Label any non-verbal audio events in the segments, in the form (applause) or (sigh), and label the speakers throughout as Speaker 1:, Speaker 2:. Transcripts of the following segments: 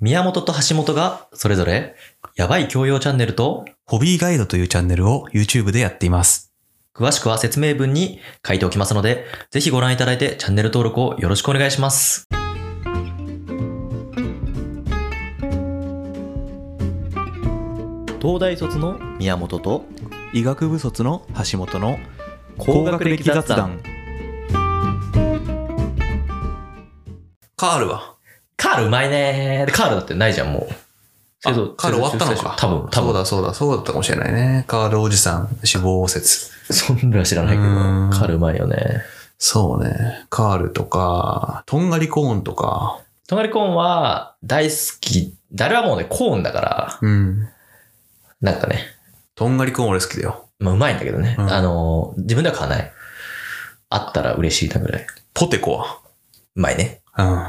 Speaker 1: 宮本と橋本がそれぞれ、やばい教養チャンネルと、
Speaker 2: ホビーガイドというチャンネルを YouTube でやっています。
Speaker 1: 詳しくは説明文に書いておきますので、ぜひご覧いただいてチャンネル登録をよろしくお願いします。東大卒の宮本と、
Speaker 2: 医学部卒の橋本の
Speaker 1: 高学歴雑談。
Speaker 2: カールは
Speaker 1: カールうまいねー。カールだってないじゃん、もう。
Speaker 2: あカール終わったのか。
Speaker 1: 多分、多
Speaker 2: そう
Speaker 1: 分。
Speaker 2: だそうだ、そうだったかもしれないね。カールおじさん、死亡説。
Speaker 1: そんな知らないけど
Speaker 2: うーん、
Speaker 1: カールうまいよね。
Speaker 2: そうね。カールとか、とんがりコーンとか。
Speaker 1: とんがりコーンは大好き。誰はもうね、コーンだから、
Speaker 2: うん。
Speaker 1: なんかね、
Speaker 2: とんがりコーン俺好きだよ。
Speaker 1: まあうまいんだけどね。
Speaker 2: うん
Speaker 1: あのー、自分では買わない。あったら嬉しいなぐらい。
Speaker 2: ポテコは。
Speaker 1: うまいね。
Speaker 2: うん。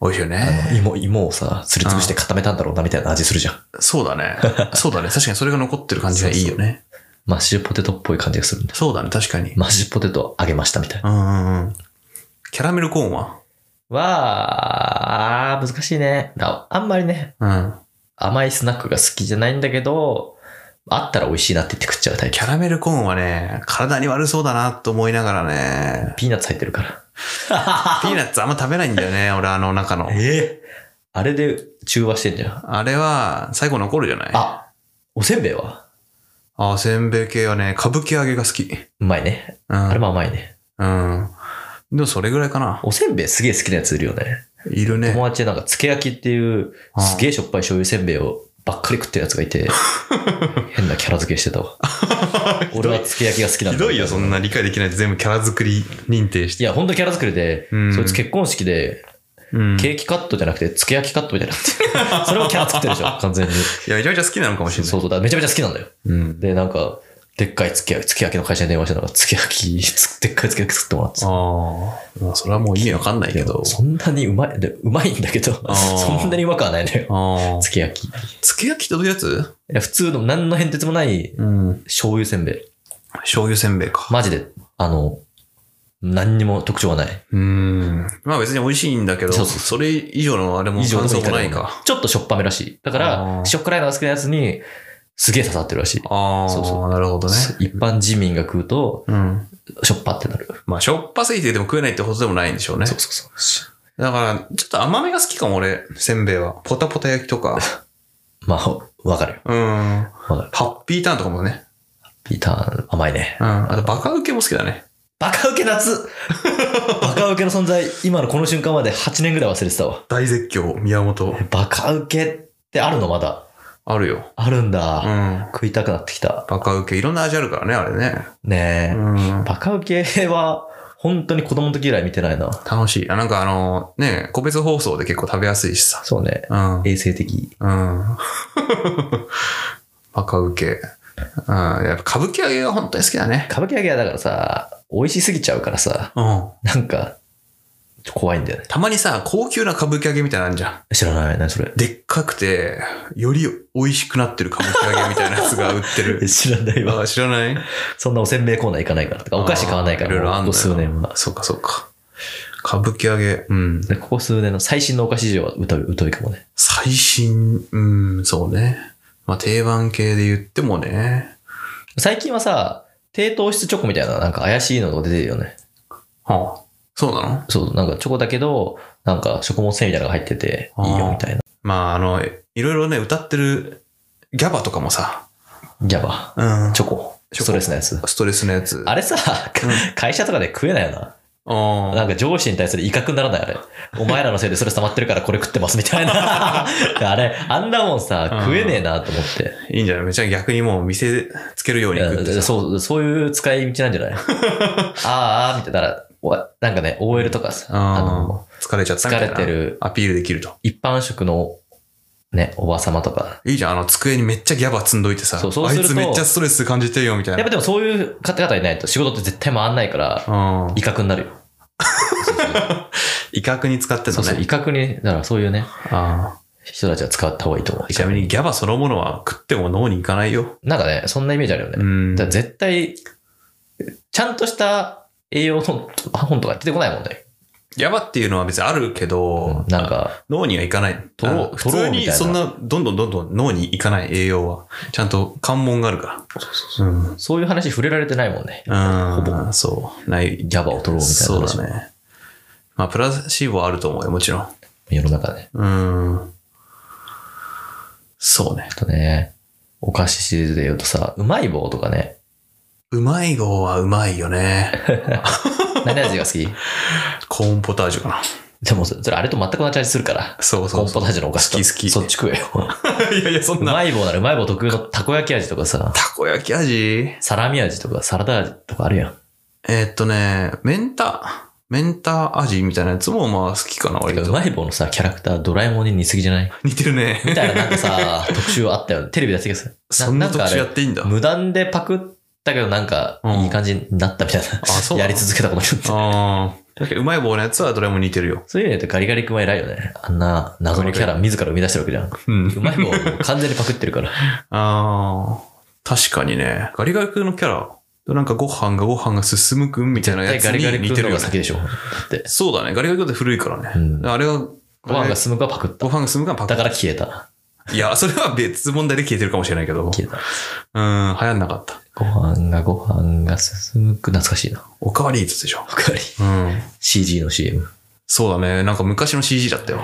Speaker 2: 美味しいよ
Speaker 1: あ
Speaker 2: ね。
Speaker 1: の、芋、芋をさ、すりつぶして固めたんだろうなみたいな味するじゃん。
Speaker 2: そうだね。そうだね。確かにそれが残ってる感じがいいよね。
Speaker 1: マッシュポテトっぽい感じがするんだ。
Speaker 2: そうだね、確かに。
Speaker 1: マッシュポテト揚げましたみたいな。
Speaker 2: うんうんうん。キャラメルコーンは
Speaker 1: わー、難しいね。だあんまりね、
Speaker 2: うん。
Speaker 1: 甘いスナックが好きじゃないんだけど、あったら美味しいなって言って食っちゃうタイプ
Speaker 2: キ。ャラメルコーンはね、体に悪そうだなと思いながらね、 (laughs)
Speaker 1: ピーナッツ入ってるから。
Speaker 2: ピーナッツあんま食べないんだよね、 (laughs) 俺あの中の。
Speaker 1: えあれで中和してんじゃん。
Speaker 2: あれは、最後残るじゃないあ
Speaker 1: あ、おせんべいは
Speaker 2: あ、せんべい系はね、歌舞伎揚げが好き。
Speaker 1: うまいね。
Speaker 2: うん。
Speaker 1: あれも甘いね。
Speaker 2: うん。でもそれぐらいかな。
Speaker 1: おせんべいすげえ好きなやついるよね。
Speaker 2: いるね。
Speaker 1: 友達でなんか、つけ焼きっていう、
Speaker 2: あ
Speaker 1: すげえしょっぱい醤油せんべいをばっかり食ってるやつがい
Speaker 2: (laughs)
Speaker 1: て、変なキャラ付けしてたわ。俺はつけ焼きが好きなんだ。い
Speaker 2: な理解できないで全部キャラ作り認定し。
Speaker 1: や、ほんとキャラ作りで、
Speaker 2: うん
Speaker 1: そいつ結婚式で、
Speaker 2: うん。
Speaker 1: ケーキカットじゃなくて、つけ焼きカットみたいになっ
Speaker 2: (laughs)
Speaker 1: て。それもキャラ作ってるでしょ、完全に。
Speaker 2: いや、めちゃめちゃ好きなのかもしれない。
Speaker 1: そうそう、だからめちゃめちゃ好きなんだよ。
Speaker 2: うん。
Speaker 1: で、なんか、でっかいつけ焼き、つけ焼きの会社に電話してなんか、つけ焼き、つでっかいつけ焼き作ってもらって
Speaker 2: ああ。まあ、それはもう意味わかんないけど。
Speaker 1: そんなにうまい、でうまいんだけど、
Speaker 2: あー
Speaker 1: そんなにうまくはないのよ。
Speaker 2: ああ
Speaker 1: つ。け焼き。い
Speaker 2: つけ焼きってどういうやつ
Speaker 1: や、普通の何の変哲もない
Speaker 2: うん。
Speaker 1: 醤油せんべい。
Speaker 2: 醤油せんべいか。
Speaker 1: マジで、あの、何にも特徴がない。
Speaker 2: うーん。まあ別に美味しいんだけど、
Speaker 1: そ
Speaker 2: そう
Speaker 1: そう
Speaker 2: れ以上のあれも
Speaker 1: 以上
Speaker 2: 感
Speaker 1: の
Speaker 2: 想
Speaker 1: も
Speaker 2: も
Speaker 1: か
Speaker 2: な
Speaker 1: ない
Speaker 2: い
Speaker 1: か
Speaker 2: か。。
Speaker 1: ちょっとしょっぱめらしい。だか
Speaker 2: あー
Speaker 1: ら、しょっ辛いのが好きなやつに、すげえ刺さってるらしい。
Speaker 2: ああ、
Speaker 1: そうそう
Speaker 2: なるほどね。
Speaker 1: 一般人民が食うと、
Speaker 2: うん。
Speaker 1: しょっぱってなる。
Speaker 2: まあしょっぱすぎてでも食えないってことでもないんでしょうね。
Speaker 1: そうそうそう。
Speaker 2: だから、ちょっと甘めが好きかも俺、せんべいは。ポタポタ焼きとか。
Speaker 1: まあ、わかるよ。
Speaker 2: うん。ハ
Speaker 1: わかる。
Speaker 2: ッピーターンとかもね。
Speaker 1: ピーターン、甘いね。
Speaker 2: うん。あとバカウケも好きだね。
Speaker 1: バカウケ夏 (laughs) バカウケの存在、今のこの瞬間まで8年ぐらい忘れてたわ。
Speaker 2: 大絶叫、宮本。
Speaker 1: バカウケってあるのまだ。
Speaker 2: あるよ。
Speaker 1: あるん
Speaker 2: う
Speaker 1: だ。
Speaker 2: ん。
Speaker 1: 食いたくなってきた。
Speaker 2: バカウケ、いろんな味あるからね、あれね。
Speaker 1: ねえ。
Speaker 2: うん。
Speaker 1: バカウケは、本当に子供の時以来見てないな。
Speaker 2: 楽しい。あ、なんかあの、ね、個別放送で結構食べやすいしさ。
Speaker 1: そうね。
Speaker 2: うん。
Speaker 1: 衛生的。
Speaker 2: うん。バカウケ。うん。やっぱ歌舞伎揚げが本当に好きだね。
Speaker 1: 歌舞伎揚げはだからさ、美味しすぎちゃうからさ、
Speaker 2: うん。
Speaker 1: なんか、怖いんだよね。
Speaker 2: たまにさ、高級な歌舞伎揚げみたいなのあるじゃん。
Speaker 1: 知らない。何それ。。
Speaker 2: でっかくて、より美味しくなってる歌舞伎揚げみたいなやつが売ってる
Speaker 1: 知らないわ。
Speaker 2: あ (laughs) 知らない
Speaker 1: そんなおせんべいコーナー行かないからとか、お菓子買わないから、
Speaker 2: あーいろいろ
Speaker 1: こ
Speaker 2: あんのよ
Speaker 1: こ数年は。
Speaker 2: そうか、そうか。歌舞伎揚げ、うん。
Speaker 1: でここ数年の最新のお菓子事情は疎い疎いかもね。
Speaker 2: 最新、うん、そうね。まあ、定番系で言ってもね。
Speaker 1: 最近はさ、低糖質チョコみたいな、なんか怪しいのが出てるよね。
Speaker 2: はあ、そうなの
Speaker 1: そう、なんかチョコだけど、なんか食物繊維みたいなのが入ってて、いいよみたいな。
Speaker 2: まあ、あの、いろいろね、歌ってるギャバとかもさ、
Speaker 1: ギャバ。
Speaker 2: うん
Speaker 1: チョコ。
Speaker 2: チョコ
Speaker 1: ストレスなやつ。
Speaker 2: ストレスのやつ。
Speaker 1: あれさ、 (laughs) 会社とかで食えないよな。
Speaker 2: あ
Speaker 1: なんか上司に対する威嚇にならないあ
Speaker 2: (laughs)
Speaker 1: れ。お前らのせいでそれ溜まってるからこれ食ってますみたいな。あれ、あんなもん
Speaker 2: う
Speaker 1: さ
Speaker 2: ん、
Speaker 1: 食えねえなと思って。
Speaker 2: いいんじゃないめちゃ逆にもう店つけるように食って
Speaker 1: いや
Speaker 2: さ。
Speaker 1: そう、そういう使い道なん
Speaker 2: (laughs)
Speaker 1: じゃないああ、ああ、みたいなだから。おなんかね、OL とかさ、あ
Speaker 2: あ
Speaker 1: の、
Speaker 2: ー疲れちゃったみ
Speaker 1: 疲
Speaker 2: たい
Speaker 1: れ
Speaker 2: な。
Speaker 1: てる
Speaker 2: アピールできると。
Speaker 1: 一般職のね、おばさまとか。
Speaker 2: いいじゃん。あの、机にめっちゃギャバ積んどいてさ。
Speaker 1: そうそうすると
Speaker 2: あいつめっちゃストレス感じてるよ、みたい
Speaker 1: やっ
Speaker 2: な。
Speaker 1: ぱでもそういう方々いないと仕事って絶対回んないから、
Speaker 2: うん。
Speaker 1: 威嚇になるよ。
Speaker 2: 威嚇に使ってた
Speaker 1: そうそう、
Speaker 2: ね。
Speaker 1: 威嚇に、だからそういうね、
Speaker 2: あ
Speaker 1: 人たちは使った方がいいと思
Speaker 2: あ
Speaker 1: う。
Speaker 2: ちなみにギャバそのものは食っても脳にいかないよ。
Speaker 1: なんかね、そんなイメージあるよね。
Speaker 2: うん。
Speaker 1: だから絶対、ちゃんとした栄養の本とか出てこないもんね。
Speaker 2: 山っていうのは別にあるけど、
Speaker 1: うんなんか、
Speaker 2: 脳にはいかない。
Speaker 1: 取ろう
Speaker 2: あの普
Speaker 1: 取ろ
Speaker 2: 通
Speaker 1: うみたい
Speaker 2: に
Speaker 1: な
Speaker 2: そんな、どんどんどんどん脳にいかない栄養は、ちゃんと関門があるから。そうそうそう。ん。
Speaker 1: そういう話触れられてないもんね。
Speaker 2: ほ
Speaker 1: ほ
Speaker 2: ぼ。そう。ない。
Speaker 1: ギャバを取ろうみたいな
Speaker 2: そう
Speaker 1: 話
Speaker 2: だね。まあ、プラシーボはあると思うよ、もちろん。
Speaker 1: 世の中で。
Speaker 2: うん。そうね。
Speaker 1: あとね、お菓子シリーズで言うとさ、うまい棒とかね。
Speaker 2: うまい号はうまいよね。 (laughs)
Speaker 1: 何味が好き (laughs)
Speaker 2: コーンポタージュかな。
Speaker 1: でもそれ、あれと全く同じ味するから。
Speaker 2: そう
Speaker 1: コ
Speaker 2: そ
Speaker 1: ー
Speaker 2: う
Speaker 1: ン
Speaker 2: そ
Speaker 1: ポ
Speaker 2: う。
Speaker 1: タージュのお菓子と
Speaker 2: 好き好き
Speaker 1: そっち食
Speaker 2: (laughs)
Speaker 1: えよ。
Speaker 2: いやいや、そん
Speaker 1: う
Speaker 2: な。
Speaker 1: まい棒ならうまい棒特有のたこ焼き味とかさ、
Speaker 2: たこ焼き味
Speaker 1: サラミ味とかサラダ味とかあるやん。
Speaker 2: えーっとね、メンタ、メンタ味みたいなやつもまあ好きかな、割
Speaker 1: てかう
Speaker 2: と。
Speaker 1: まい棒のさ、キャラクタードラえもんに似すぎじゃない
Speaker 2: 似てるね。
Speaker 1: みたいななんかさ、 (laughs) 特集あったよね。テレビでやってたけどさ。
Speaker 2: (laughs) そんな特集や
Speaker 1: ん
Speaker 2: っ
Speaker 1: か
Speaker 2: ていいんだ
Speaker 1: あれ。無断でパクったけどなんか
Speaker 2: うん
Speaker 1: いい感じになったみたいな。
Speaker 2: あそうな
Speaker 1: や
Speaker 2: の
Speaker 1: り続けたことによって。
Speaker 2: ああ。確かにうまい棒のやつはどれも似てるよ。
Speaker 1: そういう意味で言うとガリガリ君は偉いよね。あんな謎のキャラ自ら生み出してるわけじゃん。
Speaker 2: うん。
Speaker 1: うまい棒を完全にパクってる
Speaker 2: (laughs)
Speaker 1: から。
Speaker 2: ああ。確かにね。ガリガリ君のキャラ。なんかご飯がご飯が進むくんみたいなや
Speaker 1: 絶
Speaker 2: つ
Speaker 1: 対ガリガリ
Speaker 2: に似
Speaker 1: 君
Speaker 2: て
Speaker 1: の
Speaker 2: る
Speaker 1: 方
Speaker 2: よ
Speaker 1: が先。
Speaker 2: ね
Speaker 1: でしょ。だって。
Speaker 2: そうだね。ガリガリ君って古いからね。
Speaker 1: うん
Speaker 2: あれは、
Speaker 1: ご飯
Speaker 2: あれ
Speaker 1: が進むかパクった
Speaker 2: ご。飯が進むからパク
Speaker 1: だから消えた。
Speaker 2: いや、それは別問題で消えてるかもしれないけど。うん、流
Speaker 1: 消えた。
Speaker 2: 行んなかった。
Speaker 1: ご飯がご飯が進むく懐かしいな。
Speaker 2: おかわりいつでしょ
Speaker 1: わ。かり。
Speaker 2: うん。
Speaker 1: CG の CM。
Speaker 2: そうだね。なんか昔の CG だったよ。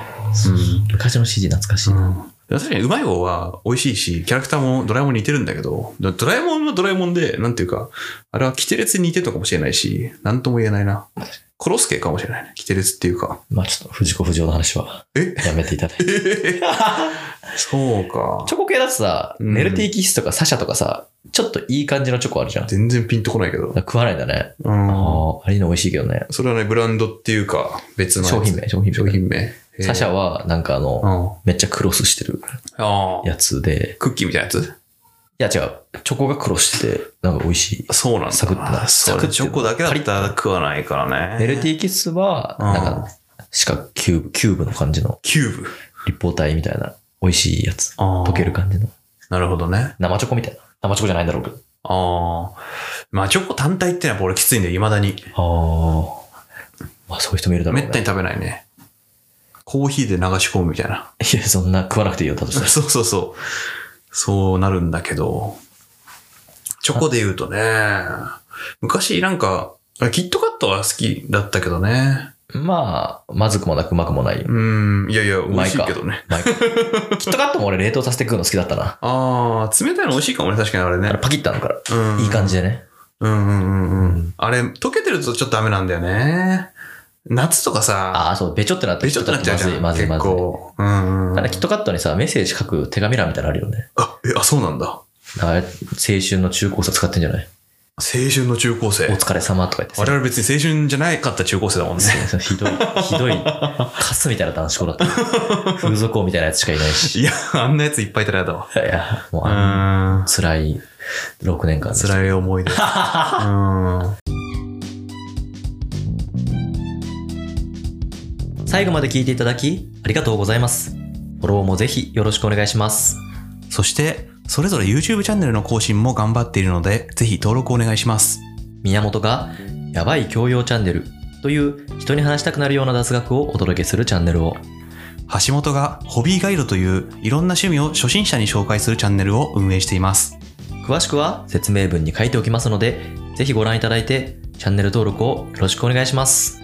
Speaker 1: 昔の CG 懐かしいな。
Speaker 2: 確かにうまい棒は美味しいし、キャラクターもドラえもんに似てるんだけど、ドドラえもんはドラえもんで、なんていうか、あれはキテレツに似てるのかもしれないし、なんとも言えないな。コロスケかもしれないね。キテレツっていうか。
Speaker 1: まあちょっと藤子不二雄の話は
Speaker 2: え
Speaker 1: やめていただい
Speaker 2: (laughs)
Speaker 1: て。
Speaker 2: そうか
Speaker 1: チ。ョコ系だとさ、
Speaker 2: うん
Speaker 1: メルティーキッスとかサシャとかさ、ちょっといい感じのチョコあるじゃん。
Speaker 2: 全然ピンとこないけど。
Speaker 1: 食わないんだね。
Speaker 2: うん。
Speaker 1: ああ、あれの美味しいけどね。
Speaker 2: それはね、ブランドっていうか、別のやつ
Speaker 1: 商品名、商品名。
Speaker 2: 商品名。へー
Speaker 1: サシャはなんかあの、
Speaker 2: うん。あ
Speaker 1: めっちゃクロスしてる
Speaker 2: あ。
Speaker 1: やつで、
Speaker 2: クッキーみたいなやつ
Speaker 1: いや違う、チョコがクロスしてて、なんか美味しい。
Speaker 2: そうなんだ。
Speaker 1: サクッとな
Speaker 2: そ
Speaker 1: サクッ
Speaker 2: れ
Speaker 1: と
Speaker 2: チョコだけだったら食わないからね。
Speaker 1: メルティーキッスは、
Speaker 2: うん
Speaker 1: なんか、四角キューブ、キューブの感じの
Speaker 2: キューブ。
Speaker 1: 立方体みたいな、美味しいやつ。
Speaker 2: あー
Speaker 1: 溶ける感じの。
Speaker 2: なるほどね。
Speaker 1: 生チョコみたいな。生チョコじゃないんだろうけど。
Speaker 2: ああ。まあ、チョコ単体ってのはやっぱ俺きついんだよ、未だに。
Speaker 1: ああ。まあそういう人もいるだろう
Speaker 2: め
Speaker 1: ね。
Speaker 2: ったに食べないね。コーヒーで流し込むみたい
Speaker 1: (laughs)
Speaker 2: な。
Speaker 1: いや、そんな食わなくていいよ、だとしたら。
Speaker 2: そうそうそう。そうなるんだけど。チョコで言うとね、昔なんか、キットカットは好きだったけどね。
Speaker 1: まあ、まずくもなくうまくも
Speaker 2: (laughs)
Speaker 1: ない。
Speaker 2: うん、いやいや、美
Speaker 1: まい
Speaker 2: 味し
Speaker 1: か
Speaker 2: いけどね。
Speaker 1: まあいいかキットカットも俺冷凍させて食うの好きだったな。
Speaker 2: ああ、冷たいの美味しいかもね、確かにあ
Speaker 1: あ
Speaker 2: れ
Speaker 1: れ
Speaker 2: ね。
Speaker 1: パキッとあるから。
Speaker 2: うん、
Speaker 1: いい感じでね。
Speaker 2: うんうんうんう。
Speaker 1: うん
Speaker 2: あれ、溶けてるとちょっとダメなんだよね。夏とかさ、
Speaker 1: ああ、そう、べちょってなって
Speaker 2: べちょっとなっちゃうじゃん。
Speaker 1: まずい、まずい、
Speaker 2: 結
Speaker 1: まずい。
Speaker 2: 構。うんうん。
Speaker 1: ただ、キットカットにさ、メッセージ書く手紙欄みたいなのあるよね。
Speaker 2: あ、え、あ、そうなんだ。青
Speaker 1: あれ、青春の中高生使ってんじゃない
Speaker 2: 春の中高生
Speaker 1: お。疲れ様とか言ってさ
Speaker 2: 我。々別に青春じゃないかった中高生だもんね。
Speaker 1: そうひどい、ひどい、カスみたいな男子校だった。風俗王みたいなやつしかいないし。
Speaker 2: (laughs) いや、あんなやついっぱいいたらやだわ。
Speaker 1: いや、もう
Speaker 2: う
Speaker 1: あの、
Speaker 2: ん。
Speaker 1: 辛い6年間でした
Speaker 2: 辛い思い出。 (laughs) うん。
Speaker 1: 最後まで聞いていただきありがとうございますフォローもぜひよろしくお願いします
Speaker 2: そして、それぞれ YouTube チャンネルの更新も頑張っているので、ぜひ登録お願いします。
Speaker 1: 宮本がやばい教養チャンネルという人に話したくなるような雑学をお届けするチャンネルを
Speaker 2: 橋本がホビーガイドといういろんな趣味を初心者に紹介するチャンネルを運営しています。
Speaker 1: 詳しくは説明文に書いておきますのでぜひご覧いただいてチャンネル登録をよろしくお願いします